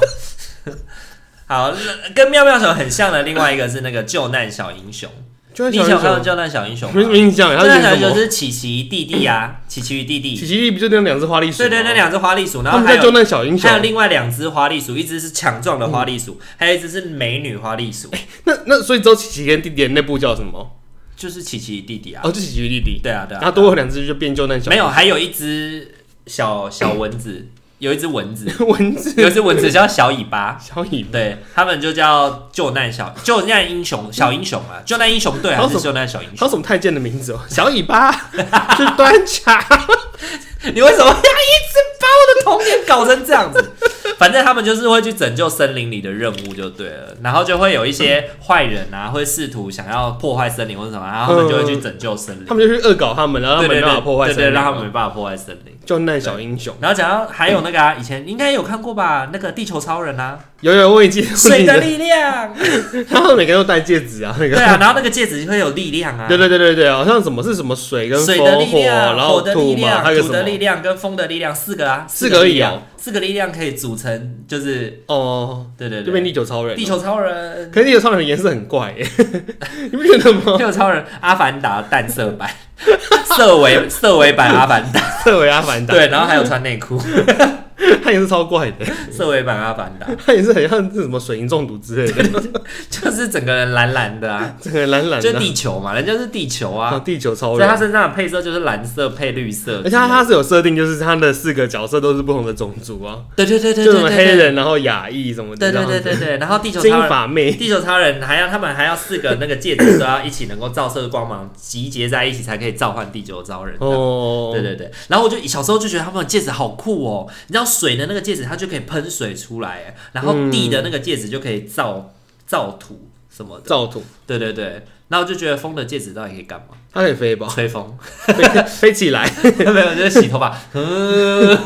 Speaker 1: 好，那跟妙妙熊很像的另外一个是那个救难小英雄。
Speaker 2: 就
Speaker 1: 你以
Speaker 2: 在
Speaker 1: 前有
Speaker 2: 想
Speaker 1: 看到
Speaker 2: 什
Speaker 1: 救难小英雄
Speaker 2: 么？没
Speaker 1: 吗？
Speaker 2: 没印象，
Speaker 1: 救
Speaker 2: 他是
Speaker 1: 难小
Speaker 2: 什
Speaker 1: 英雄
Speaker 2: 么？
Speaker 1: 是琪琪弟弟呀、琪琪与弟
Speaker 2: 奇
Speaker 1: 弟。
Speaker 2: 奇力不就那两只花栗鼠
Speaker 1: 对
Speaker 2: 吗？
Speaker 1: 对，那两只花栗鼠，然
Speaker 2: 他
Speaker 1: 后
Speaker 2: 们
Speaker 1: 还
Speaker 2: 在救
Speaker 1: 有
Speaker 2: 那小英雄
Speaker 1: 还。有另外两只花栗鼠，一只是强壮的花栗鼠，还有一只是美女花栗鼠，哎
Speaker 2: 那那所以只有奇奇跟弟弟的那部叫什么？
Speaker 1: 就是琪琪与弟弟啊。
Speaker 2: 哦，就奇奇弟弟。
Speaker 1: 对啊对
Speaker 2: 然
Speaker 1: 啊，
Speaker 2: 后多有两只就变救难小。
Speaker 1: 没有，还有一只小小蚊子，有一只蚊子，
Speaker 2: 蚊子
Speaker 1: 有一只蚊子叫小尾巴。
Speaker 2: 小尾巴，
Speaker 1: 对他们就叫救难小救难英雄小英雄啊，救难英雄队还
Speaker 2: 还有什
Speaker 1: 是
Speaker 2: 么
Speaker 1: 救难小英
Speaker 2: 还有
Speaker 1: 雄？
Speaker 2: 什么太监的名字哦？小尾巴 去端茶，
Speaker 1: 你为什么要一直把我的童年搞成这样子？ 反正他们就是会去拯救森林里的任务就对了，然后就会有一些坏人啊，会试图想要破坏森林或者什么，然后他们就会去拯救森林，
Speaker 2: 他们就去恶搞他们，然嗯后
Speaker 1: 对
Speaker 2: 他们
Speaker 1: 对
Speaker 2: 没办法
Speaker 1: 对，
Speaker 2: 破坏
Speaker 1: 对
Speaker 2: 森
Speaker 1: 对，
Speaker 2: 林，嗯
Speaker 1: 让他们没办法破坏森林。
Speaker 2: 救难小英雄。
Speaker 1: 然后讲到还有那个啊，以前应该有看过吧，那个地球超人 啊，
Speaker 2: 有有，我已经
Speaker 1: 水的力 量，
Speaker 2: 啊他们每个人都戴戒指啊，那个
Speaker 1: 对啊，然后那个戒指会有力量啊，
Speaker 2: 对对对对对，好像什么是什么水跟
Speaker 1: 水
Speaker 2: 风
Speaker 1: 的力
Speaker 2: 火，
Speaker 1: 量、
Speaker 2: 然后
Speaker 1: 火的力
Speaker 2: 土嘛，
Speaker 1: 量、
Speaker 2: 还有
Speaker 1: 土
Speaker 2: 什
Speaker 1: 的力
Speaker 2: 么？
Speaker 1: 量跟风的力量，四个啊，
Speaker 2: 四个
Speaker 1: 个
Speaker 2: 而已
Speaker 1: 力量
Speaker 2: 哦
Speaker 1: 四个力量可以组成，就是
Speaker 2: 哦，
Speaker 1: 对对
Speaker 2: 就变
Speaker 1: 对，
Speaker 2: 地球超人。
Speaker 1: 地，球超人、
Speaker 2: 可是地球超人的颜色很怪耶， 你不觉得吗
Speaker 1: 地？球超人、阿凡达淡色版、 色违色违版阿凡达，
Speaker 2: 特维阿凡 达，
Speaker 1: 对，然后还有穿内裤，
Speaker 2: 他也是超怪的，
Speaker 1: 色违版阿凡达，
Speaker 2: 他也是很像是什么水银中毒之类的，
Speaker 1: 就是整个人蓝蓝的 啊，
Speaker 2: 整个蓝蓝
Speaker 1: 就是
Speaker 2: 的。
Speaker 1: 地球嘛，人家是地球
Speaker 2: 啊，
Speaker 1: 啊，
Speaker 2: 地球超
Speaker 1: 所以
Speaker 2: 人
Speaker 1: 他，身上的配色就是蓝色配绿色，
Speaker 2: 而且他他是有设定，就是他的四个角色都是不同的种族啊，
Speaker 1: 对对对对
Speaker 2: 就
Speaker 1: 对
Speaker 2: 什么
Speaker 1: 对
Speaker 2: 黑
Speaker 1: 对，
Speaker 2: 人，然后亚裔什么
Speaker 1: 对
Speaker 2: 的这
Speaker 1: 对
Speaker 2: 样子，
Speaker 1: 对对对，然后地球
Speaker 2: 金
Speaker 1: 超人。
Speaker 2: 发妹，
Speaker 1: 地球超人还要他们还要四个那个戒指都要一起能够照射光芒，集结在一起才可以召唤地球超人。哦
Speaker 2: 哦，
Speaker 1: 对对对，然后我就小时候就觉得他们的戒指好酷哦，你知道水的那个戒指它就可以喷水出来，哎然
Speaker 2: 嗯
Speaker 1: 后地的那个戒指就可以造造土什么的，
Speaker 2: 造土，
Speaker 1: 对对对，然后我就觉得风的戒指到底可以干嘛？
Speaker 2: 他可以飞吧，
Speaker 1: 吹风，
Speaker 2: 飞飞起来，
Speaker 1: 没有就是洗头发，嗯，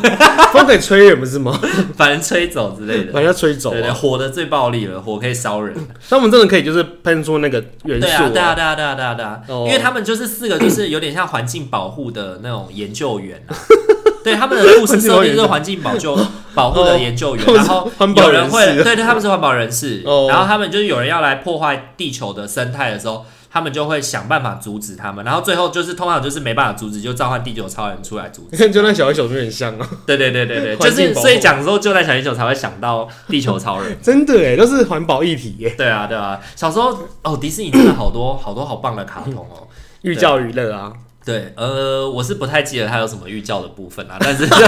Speaker 2: 风可以吹人不是吗？
Speaker 1: 把人吹走之类的
Speaker 2: 把。人家吹走
Speaker 1: 对对，
Speaker 2: 啊，
Speaker 1: 火的最暴力了，火可以烧人。
Speaker 2: 他们真的可以就是喷出那个元
Speaker 1: 对啊，
Speaker 2: 素
Speaker 1: 对啊，，对啊，对啊，对啊，对啊，
Speaker 2: 哦
Speaker 1: 因为他们就是四个，就是有点像环境保护的那种研究员啊。对，他们的故事设定就是环境保救保护的研究员，
Speaker 2: 哦
Speaker 1: 然后
Speaker 2: 环保
Speaker 1: 有
Speaker 2: 人
Speaker 1: 人
Speaker 2: 士
Speaker 1: 会，对对，他们是环保人士，
Speaker 2: 哦
Speaker 1: 然后他们就是有人要来破坏地球的生态的时候。他们就会想办法阻止他们，然后最后就是通常就是没办法阻止，就召唤地球超人出来阻止。
Speaker 2: 你看就那小英雄有点像啊，
Speaker 1: 对对对对对，就
Speaker 2: 环境
Speaker 1: 是
Speaker 2: 保护
Speaker 1: 所以讲之后，就在小英雄才会想到地球超人。
Speaker 2: 真的哎，都是环保议题耶，
Speaker 1: 对啊对啊，小时候哦，迪士尼真的好多好多好棒的卡通哦。
Speaker 2: 寓教于乐啊，
Speaker 1: 对，呃，我是不太记得它有什么寓教的部分啊啦，但是就是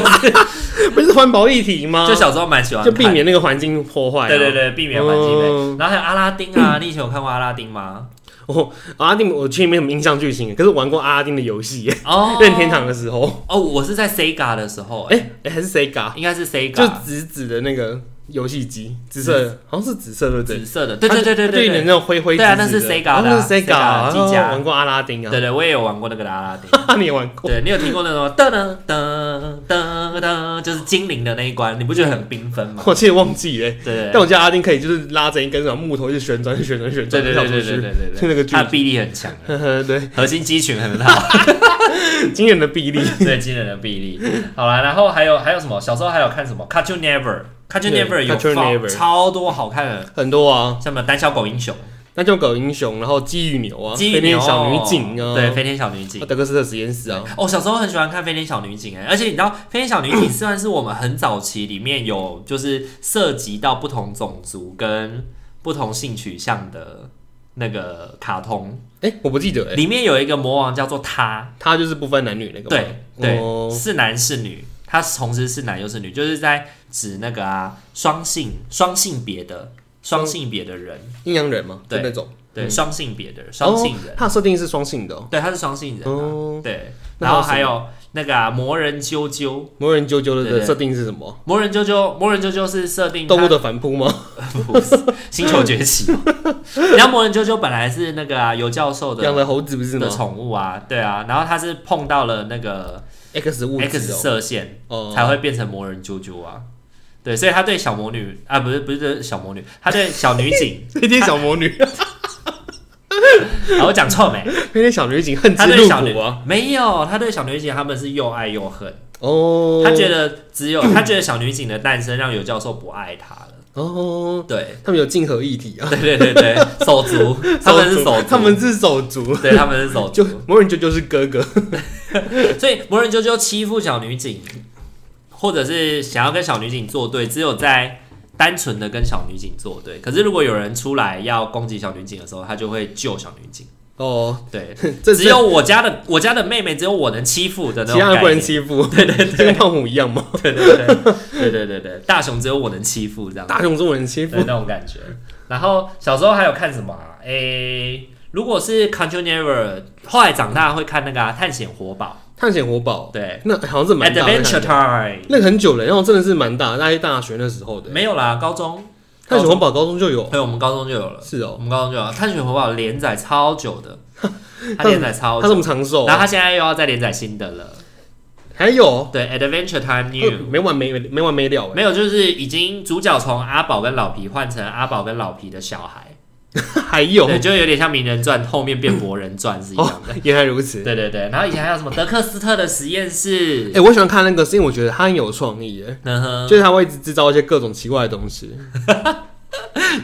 Speaker 2: 不是环保议题吗？
Speaker 1: 啊就小时候蛮喜欢
Speaker 2: 就
Speaker 1: 看，
Speaker 2: 避免那个环境破坏啊，
Speaker 1: 对对对，避免环境类。
Speaker 2: 嗯
Speaker 1: 然后还有阿拉丁 啊，你以前有看过阿拉丁吗？
Speaker 2: 哦，阿拉丁我其实没什么印象剧情，可是玩过阿拉丁的游戏耶，
Speaker 1: 哦，
Speaker 2: 任天堂的时候，
Speaker 1: 哦，我是在 Sega 的时候，哎、
Speaker 2: 哎、哎还是 Sega，
Speaker 1: 应该是
Speaker 2: 就
Speaker 1: Sega，
Speaker 2: 紫紫的那个游戏机，紫色的，好像是紫色的，对
Speaker 1: 紫色的，对对对对
Speaker 2: 它就
Speaker 1: 对
Speaker 2: 有点
Speaker 1: 对。
Speaker 2: 那种灰灰紫
Speaker 1: 对
Speaker 2: 紫
Speaker 1: 啊
Speaker 2: 的，
Speaker 1: 那是 Sega 的啊
Speaker 2: 哦那是
Speaker 1: Sega
Speaker 2: 啊
Speaker 1: 机甲
Speaker 2: 哦玩过阿拉丁啊，
Speaker 1: 对对，我也有玩过那个的阿拉丁。
Speaker 2: 哈 你也玩过？
Speaker 1: 对你有听过那种噔噔噔噔噔，就是精灵的那一关，你不觉得很缤纷吗？
Speaker 2: 我其实忘记了，欸
Speaker 1: 对对
Speaker 2: 但我记得阿拉丁可以就是拉着一根什么木头，就旋转、旋转、
Speaker 1: 对
Speaker 2: 旋转，
Speaker 1: 对
Speaker 2: 跳
Speaker 1: 对
Speaker 2: 出
Speaker 1: 对对对
Speaker 2: 去。是
Speaker 1: 对
Speaker 2: 那个
Speaker 1: 对，
Speaker 2: 剧
Speaker 1: 它的臂力很强，
Speaker 2: 呵呵， 对，
Speaker 1: 核心肌群很好。
Speaker 2: 惊人的臂力。
Speaker 1: 对，惊人的臂力。好啦，然后还有还有什么？小时候还有看什么《Cartoon Never》，《Cartoon
Speaker 2: 对
Speaker 1: Never》
Speaker 2: Cartoon
Speaker 1: 有放
Speaker 2: Network
Speaker 1: 超多好看的，
Speaker 2: 很多啊，
Speaker 1: 像什么《胆小狗英雄
Speaker 2: 那就狗英雄，然后鸡与牛啊，》、
Speaker 1: 《
Speaker 2: 飞
Speaker 1: 鸡与牛
Speaker 2: 天》、小女警啊，
Speaker 1: 对，《飞天小女警
Speaker 2: 啊，》。德克斯特实验室啊，
Speaker 1: 哦，小时候很喜欢看《飞天小女警》哎，而且你知道，《飞天小女 警》虽然是我们很早期里面有就是涉及到不同种族跟不同性取向的那个卡通，
Speaker 2: 哎、我不记得哎、
Speaker 1: 里面有一个魔王叫做他，
Speaker 2: 他就是不分男女那个吗，
Speaker 1: 对对、
Speaker 2: 哦
Speaker 1: 是男是女，他同时是男又是女，就是在指那个啊双性双性别的双性别的人，
Speaker 2: 阴阳人嘛，
Speaker 1: 对
Speaker 2: 就那种
Speaker 1: 对双、性别的人双性
Speaker 2: 嗯哦
Speaker 1: 人，
Speaker 2: 它的设定是双性的哦。
Speaker 1: 对，他是双性人、啊，
Speaker 2: 哦，
Speaker 1: 对，
Speaker 2: 那
Speaker 1: 然后还
Speaker 2: 还有
Speaker 1: 有那个啊魔人啾啾，
Speaker 2: 魔人啾啾
Speaker 1: 对
Speaker 2: 的
Speaker 1: 对
Speaker 2: 设定是什么？
Speaker 1: 魔人啾啾，魔人啾啾是设定
Speaker 2: 动物
Speaker 1: 他
Speaker 2: 的反扑吗？
Speaker 1: 不是星球崛起 嘛，然后魔人啾啾本来是那个啊尤教授
Speaker 2: 养
Speaker 1: 的。
Speaker 2: 的猴子不是
Speaker 1: 的
Speaker 2: 吗
Speaker 1: 宠物啊，对啊，然后他是碰到了那个
Speaker 2: ？X 物
Speaker 1: X
Speaker 2: 质哦
Speaker 1: 射线，才
Speaker 2: 哦，
Speaker 1: 会变成魔人啾啾啊。对，所以他对小魔
Speaker 2: 哦
Speaker 1: 女啊，不是不是小魔女，他对小女警
Speaker 2: 飞天小魔女，
Speaker 1: 好，啊我讲 错没？
Speaker 2: 那些小女警恨之
Speaker 1: 他对
Speaker 2: 入
Speaker 1: 小女
Speaker 2: 骨啊。
Speaker 1: 没有，他对小女警他们是又爱又恨。
Speaker 2: 哦，
Speaker 1: 他觉得只 有他觉得小女警的诞生让尤教授不爱他了。
Speaker 2: 哦，
Speaker 1: 对，
Speaker 2: 他们有竞合议题啊，
Speaker 1: 对对对对，手足， 他们是手足，
Speaker 2: 他们是手足，
Speaker 1: 对他们是手
Speaker 2: 就
Speaker 1: 足，
Speaker 2: 魔人啾啾是哥哥，
Speaker 1: 所以魔人啾啾欺负小女警，或者是想要跟小女警作对，只有在单纯的跟小女警作对。可是如果有人出来要攻击小女警的时候，他就会救小女警。
Speaker 2: 哦，
Speaker 1: 对，
Speaker 2: 这
Speaker 1: 只有我家的我家的妹妹，只有我能欺负的
Speaker 2: 这
Speaker 1: 那种
Speaker 2: 其他人
Speaker 1: 概
Speaker 2: 不能
Speaker 1: 念。
Speaker 2: 欺负，对对对，跟胖虎一样嘛，
Speaker 1: 对对对对对对对，大雄只有我能欺负这样子。
Speaker 2: 大雄中人欺负
Speaker 1: 对，那种感觉。然后小时候还有看什么啊？诶、如果是 c o n t i n u e r 后来长大会看那个、啊《探险活宝
Speaker 2: 探险活宝》，，
Speaker 1: 对
Speaker 2: 那好像是蛮大的
Speaker 1: ，Adventure Time
Speaker 2: 那个很久了，然后真的是蛮大，大概大学那时候的。
Speaker 1: 没有啦，高中，高
Speaker 2: 探险
Speaker 1: 中
Speaker 2: 活宝高中就有，
Speaker 1: 对，我们高中就有了，
Speaker 2: 是
Speaker 1: 我
Speaker 2: 哦，
Speaker 1: 们高中就有《探险活宝》连载超久 的，它连载超
Speaker 2: 他这
Speaker 1: 久，
Speaker 2: 么长寿
Speaker 1: 然后
Speaker 2: 啊，
Speaker 1: 它现在又要再连载新的了，
Speaker 2: 还有哦
Speaker 1: 对，《Adventure Time
Speaker 2: 呃
Speaker 1: New》。
Speaker 2: 没完没没完没了哎，
Speaker 1: 没有，就是已经主角从阿宝跟老皮换成阿宝跟老皮的小孩，
Speaker 2: 还 有
Speaker 1: 对，就有点像《名人传》后面变《博人传》是一样的
Speaker 2: 哦。，原来如此。
Speaker 1: 对对对，然后以前还有什么德克斯特的实验室，
Speaker 2: 哎，我喜欢看那个，是因为我觉得他很有创意，哎，
Speaker 1: 嗯哼，
Speaker 2: 就是他会一直制造一些各种奇怪的东西。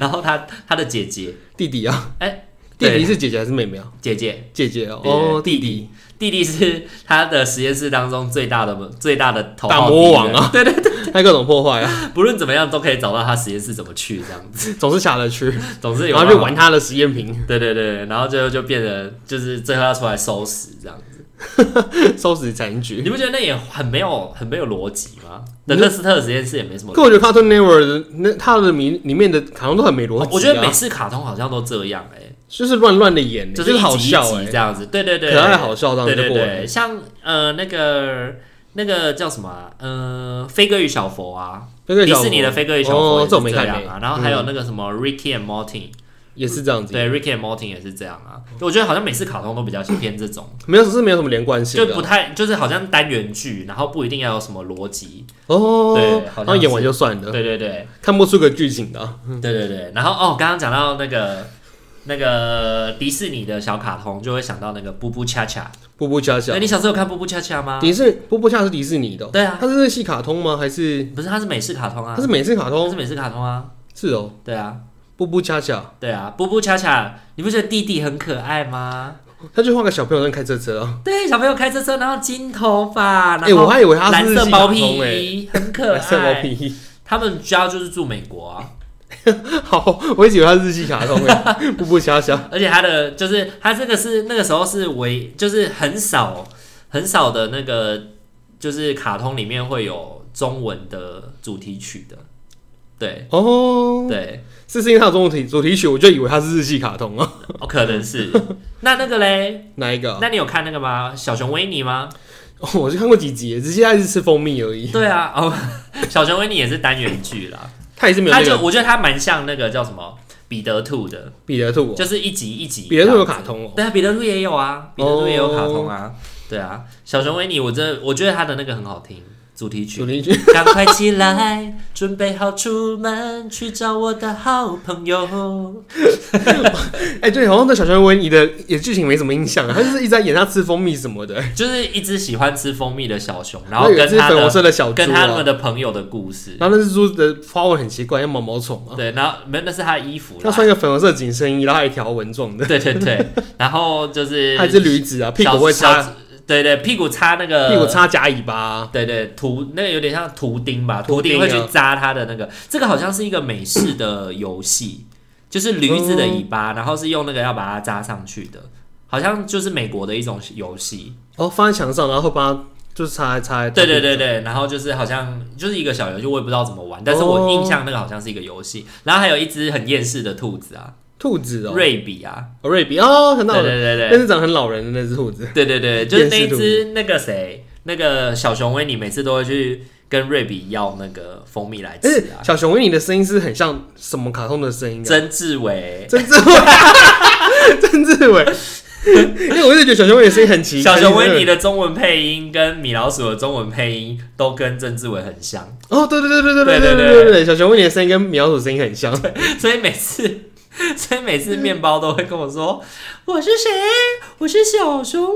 Speaker 1: 然后他他的姐姐，
Speaker 2: 弟弟啊，
Speaker 1: 哎
Speaker 2: 弟弟
Speaker 1: 对
Speaker 2: 是姐姐还是妹妹啊？
Speaker 1: 姐姐
Speaker 2: 姐姐哦，
Speaker 1: 对
Speaker 2: 哦，
Speaker 1: 弟
Speaker 2: 弟，
Speaker 1: 弟弟是他的实验室当中最大的最大的头号
Speaker 2: 大魔王
Speaker 1: 敌人，
Speaker 2: 啊，对对对，还有各种破坏啊，
Speaker 1: 不论怎么样都可以找到他实验室怎么去这样子，
Speaker 2: 总是下得去，
Speaker 1: 总是有 啊
Speaker 2: 然后
Speaker 1: 办
Speaker 2: 就
Speaker 1: 法
Speaker 2: 玩。他的实验品，
Speaker 1: 对对对，然后最后就变成就是最后要出来收拾这样子，
Speaker 2: 收拾残
Speaker 1: 你
Speaker 2: 局。
Speaker 1: 不觉得那也很没有很没有逻辑吗？德克斯特的实验室也没什么
Speaker 2: 可，我觉得 Cartoon Network 的那他的名里面的卡通都很没逻辑啊，
Speaker 1: 我觉得每次卡通好像都这样哎、
Speaker 2: 就是乱乱的演，
Speaker 1: 就是是一
Speaker 2: 好
Speaker 1: 集一
Speaker 2: 笑
Speaker 1: 集
Speaker 2: 哎
Speaker 1: 这，样子，对对对，
Speaker 2: 可爱好笑这样
Speaker 1: 对
Speaker 2: 就
Speaker 1: 对
Speaker 2: 过了
Speaker 1: 对，。像呃那个那个叫什么、啊？呃，飞哥与小佛啊，
Speaker 2: 那个
Speaker 1: 迪
Speaker 2: 小
Speaker 1: 士尼的飞哥与小
Speaker 2: 哦
Speaker 1: 佛也
Speaker 2: 这我没
Speaker 1: 是这
Speaker 2: 看
Speaker 1: 样啊。
Speaker 2: 欸
Speaker 1: 然后还有那个什么 Ricky and Morty，、
Speaker 2: 也是这样子，
Speaker 1: 对 Ricky and Morty 也是这样啊。我觉得好像每次卡通都比较偏这种，
Speaker 2: 没有是没有什么连贯性
Speaker 1: 就
Speaker 2: 的
Speaker 1: 不
Speaker 2: 啊
Speaker 1: 太就是好像单元剧，然后不一定要有什么逻辑。
Speaker 2: 哦
Speaker 1: 对，好像
Speaker 2: 然后演完就算了，
Speaker 1: 对对对
Speaker 2: 看不出个剧情的啊。
Speaker 1: 对对对。然后哦，刚刚讲到那个。那个迪士尼的小卡通就会想到那个布布恰恰，
Speaker 2: 步步恰
Speaker 1: 哎、
Speaker 2: 恰，
Speaker 1: 你小时候有看布布恰恰吗？
Speaker 2: 迪士步步恰恰是迪士尼的哦，
Speaker 1: 对啊
Speaker 2: 它是日系卡通吗？还是
Speaker 1: 不是，它是美式卡通啊
Speaker 2: 它，是美式卡
Speaker 1: 它
Speaker 2: 通
Speaker 1: 是？美式卡通啊，
Speaker 2: 是哦，
Speaker 1: 对啊，
Speaker 2: 步步恰恰，
Speaker 1: 对啊，布布恰恰，你不觉得弟弟很可爱吗？
Speaker 2: 他就画个小朋友在开车车啊，
Speaker 1: 对，小朋友开车车，然后金头发，啊然
Speaker 2: 哎，我
Speaker 1: 后
Speaker 2: 还以为他
Speaker 1: 蓝
Speaker 2: 是
Speaker 1: 色
Speaker 2: 日系
Speaker 1: 包
Speaker 2: 卡
Speaker 1: 皮
Speaker 2: 通哎，
Speaker 1: 衣，很可
Speaker 2: 蓝色包
Speaker 1: 爱。
Speaker 2: 皮，
Speaker 1: 他们家就是住美国啊，
Speaker 2: 好，我一直以为他是日系卡通 哎，步步恰恰，
Speaker 1: 而且他的就是他这个是那个时候是唯就是很少很少的那个就是卡通里面会有中文的主题曲的，对
Speaker 2: 哦，
Speaker 1: 对，
Speaker 2: 是是因为他有中文题主题曲，我就以为他是日系卡通啊，
Speaker 1: 哦可能是那那个嘞，
Speaker 2: 哪一个啊？
Speaker 1: 那你有看那个吗？小熊维尼吗？
Speaker 2: 哦我就看过几集，只是现在是吃蜂蜜而已，
Speaker 1: 对啊，哦， 小熊维尼也是单元剧啦。
Speaker 2: 他也是没有
Speaker 1: 他
Speaker 2: 那
Speaker 1: 就
Speaker 2: 个
Speaker 1: 我觉得他蛮像那个叫什么彼得兔的，
Speaker 2: 彼得兔哦，
Speaker 1: 就是一集一集。
Speaker 2: 彼得兔有卡，通哦，
Speaker 1: 对啊，彼得兔也有啊，彼得兔也有卡通啊，对啊。小熊维尼，我真的我觉得他的那个很好听，主题
Speaker 2: 主
Speaker 1: 曲。
Speaker 2: 题曲，
Speaker 1: 赶快起来，准备好出门去找我的好朋 友。
Speaker 2: 哎，对，好像对小熊维尼的也剧情没什么印象啊，他就是一直在演他吃蜂蜜什么的，
Speaker 1: 就是一只喜欢吃蜂蜜的小熊，然后
Speaker 2: 有
Speaker 1: 跟
Speaker 2: 一只
Speaker 1: 他
Speaker 2: 粉红色
Speaker 1: 的
Speaker 2: 的小猪
Speaker 1: 跟他
Speaker 2: 啊
Speaker 1: 们，的朋友的故事。
Speaker 2: 然后那只猪的花纹很奇怪，像毛毛虫啊，
Speaker 1: 对，然后没有那是他的衣服
Speaker 2: 它
Speaker 1: 啦。
Speaker 2: 穿一个粉红色紧身衣，然后还有一条纹状的，
Speaker 1: 对对对，然后就是
Speaker 2: 还有一只驴子啊，屁
Speaker 1: 小
Speaker 2: 股会
Speaker 1: 嗯小呃
Speaker 2: 插，
Speaker 1: 对对，屁股插那个
Speaker 2: 屁股插假尾巴啊，
Speaker 1: 对对，图那个有点像图钉吧，
Speaker 2: 图
Speaker 1: 图
Speaker 2: 钉
Speaker 1: 钉
Speaker 2: 啊
Speaker 1: 会去扎它的那个，这个好像是一个美式的游戏，就是驴子的尾
Speaker 2: 哦
Speaker 1: 巴，然后是用那个要把它扎上去的，好像就是美国的一种游戏。
Speaker 2: 然后哦放在墙上，然后会把它啊就是插插，
Speaker 1: 对对对对，然后就是好像就是一个小游戏，我也不知道怎么玩，但是我印象那个好像是一个游戏。然后还有一只很厌世的兔子啊，
Speaker 2: 兔子哦，
Speaker 1: 瑞比啊，
Speaker 2: 哦瑞比哦，很
Speaker 1: 对
Speaker 2: 老
Speaker 1: 对
Speaker 2: 人，
Speaker 1: 对对
Speaker 2: 但，是长得很老人的那只兔子，
Speaker 1: 对对对，就是那一
Speaker 2: 电视
Speaker 1: 只那个谁，那个小熊维尼每次都会去跟瑞比要那个蜂蜜来
Speaker 2: 但
Speaker 1: 吃
Speaker 2: 是
Speaker 1: 啊。
Speaker 2: 哎小熊维尼的声音是很像什么卡通的声音啊？
Speaker 1: 曾志伟，
Speaker 2: 曾志伟，曾志伟，因为我是觉得小熊维尼的声音很奇怪，
Speaker 1: 小熊维尼
Speaker 2: 的
Speaker 1: 的中文配音跟米老鼠的中文配音都跟曾志伟很像，
Speaker 2: 哦，对对对对对
Speaker 1: 对
Speaker 2: 对
Speaker 1: 对
Speaker 2: 对对对，小熊维尼的声音跟米老鼠声音很像，
Speaker 1: 所以每次 所以每次面包都会跟我说：“我是谁？我是小熊维尼，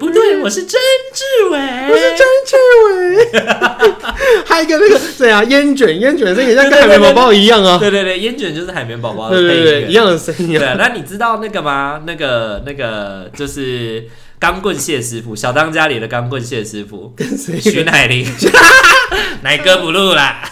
Speaker 1: 不对，我是曾志伟。”
Speaker 2: 嗯我是张志伟，还有一个那个谁啊，烟卷烟卷的声音像跟海绵宝宝一样啊，
Speaker 1: 对对对，烟卷就是海绵宝宝的
Speaker 2: 对
Speaker 1: 哦配
Speaker 2: 对对，
Speaker 1: 乐
Speaker 2: 一样的声音啊，
Speaker 1: 对，那你知道那个吗？那个那个就是钢棍蟹师傅，小当家里的钢棍蟹师傅，
Speaker 2: 跟谁？
Speaker 1: 徐乃 麟，奶哥不录啦，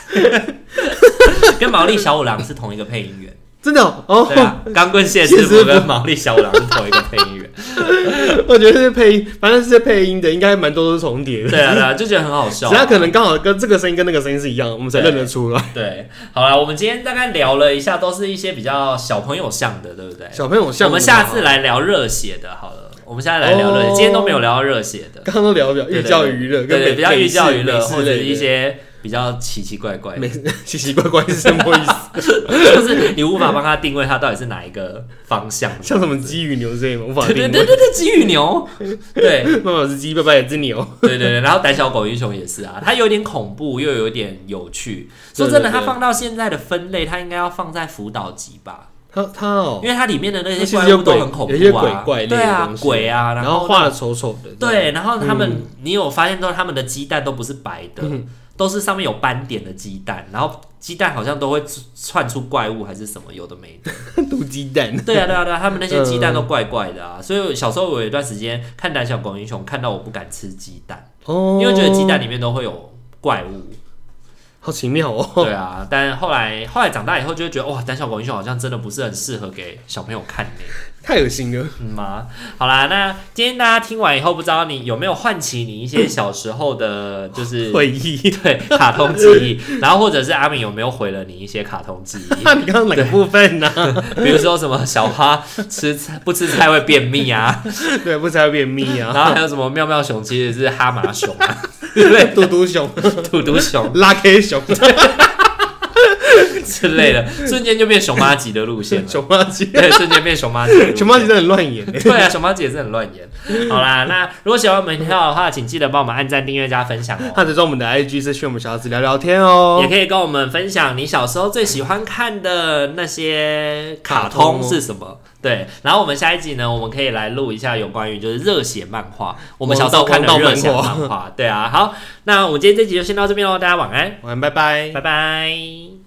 Speaker 1: 跟毛利小五郎是同一个配音员。
Speaker 2: 真的哦
Speaker 1: 对
Speaker 2: 哦，
Speaker 1: 啊，钢棍蟹师傅跟毛利小五郎是同一个配音员。
Speaker 2: 哦我觉得是配音，反正是配音的，应该蛮多都是重叠的，
Speaker 1: 对啊，对啊，就觉得很好笑、
Speaker 2: 只要可能刚好跟这个声音跟那个声音是一样，我们才
Speaker 1: 对
Speaker 2: 认得出来。
Speaker 1: 对，好了，我们今天大概聊了一下，都是一些比较小朋友像的，对不对？
Speaker 2: 小朋友像的嘛，
Speaker 1: 我们下次来聊热血的，好了，我们下次来聊热血，
Speaker 2: 哦
Speaker 1: 今天都没有聊到热血的，
Speaker 2: 刚刚都聊聊寓教于乐，
Speaker 1: 对
Speaker 2: 跟
Speaker 1: 对，
Speaker 2: 美
Speaker 1: 比较寓教于乐，
Speaker 2: 美式
Speaker 1: 或者是一
Speaker 2: 美
Speaker 1: 些比较奇奇怪 怪的，
Speaker 2: 式类的美奇奇怪怪是什么意思？
Speaker 1: 就是你无法帮他定位他到底是哪一个方向，
Speaker 2: 像什么鸡与牛之类吗？无法
Speaker 1: 对对
Speaker 2: 定
Speaker 1: 对
Speaker 2: 位。
Speaker 1: 对对，鸡与 牛，对对
Speaker 2: 妈妈是鸡，爸爸也是哦牛。
Speaker 1: 对对，然后胆小狗英雄也是啊，它有点恐怖又有点有趣。说真的，
Speaker 2: 对对对
Speaker 1: 它放到现在的分类，它应该要放在辅导级吧，
Speaker 2: 他他哦
Speaker 1: 因，为它里面的那
Speaker 2: 它
Speaker 1: 些
Speaker 2: 其实
Speaker 1: 怪
Speaker 2: 有
Speaker 1: 物都
Speaker 2: 鬼
Speaker 1: 很恐
Speaker 2: 有一些
Speaker 1: 怖啊，
Speaker 2: 鬼怪类的
Speaker 1: 对啊
Speaker 2: 东，西
Speaker 1: 鬼啊，
Speaker 2: 然
Speaker 1: 后
Speaker 2: 后画的丑丑的。嗯
Speaker 1: 对，然后他们，你有发现到他们的鸡蛋都不是白的，都是上面有斑点的鸡蛋，然后鸡蛋好像都会窜出怪物还是什么，有的没的。
Speaker 2: 这样，毒鸡蛋。
Speaker 1: 对啊，对啊，对啊，他们那些鸡蛋都怪怪的啊。所以我小时候我有一段时间看《胆小狗英雄》，看到我不敢吃鸡蛋，
Speaker 2: 哦
Speaker 1: 因，为觉得鸡蛋里面都会有怪物。
Speaker 2: 好奇妙哦。
Speaker 1: 对啊，但后来后来长大以后就会觉得，哇，《胆小狗英雄》好像真的不是很适合给小朋友看呢、
Speaker 2: 太恶心了。
Speaker 1: 嗯吗？好啦，那今天大家听完以后，不知道你有没有唤起你一些小时候的，就是
Speaker 2: 回忆，
Speaker 1: 对，卡通记忆，然后或者是阿敏有没有回了你一些卡通记忆，
Speaker 2: 那你刚刚哪个部分呢？
Speaker 1: 比如说什么小花吃菜不吃菜会便秘啊，
Speaker 2: 对，不才会便秘啊，
Speaker 1: 然后还有什么妙妙熊其实是哈马熊啊，对 不 对？
Speaker 2: 嘟嘟熊、
Speaker 1: 兔兔熊
Speaker 2: 拉 K 熊、啊
Speaker 1: 之类的，瞬间就变熊妈级的路线了。
Speaker 2: 熊妈鸡、
Speaker 1: 对，瞬间变熊妈级的路线，
Speaker 2: 熊妈鸡真的很乱演欸。
Speaker 1: 对啊，熊猫姐也是很乱言。好啦，那如果喜欢我们频道的话，请记得帮我们按赞、订阅、加分享哦。
Speaker 2: 或者说我们的 IG 是炫我们小子聊聊天哦
Speaker 1: 也。可以跟我们分享你小时候最喜欢看的那些卡
Speaker 2: 卡
Speaker 1: 通
Speaker 2: 通
Speaker 1: 是什么。对，然后我们下一集呢，我们可以来录一下有关于就是热血漫画，我们小时候看的
Speaker 2: 王道
Speaker 1: 热血
Speaker 2: 王道
Speaker 1: 哦漫画。对啊，好，那我们今天这集就先到这边喽，大家晚安，
Speaker 2: 晚安，拜拜。
Speaker 1: 拜拜。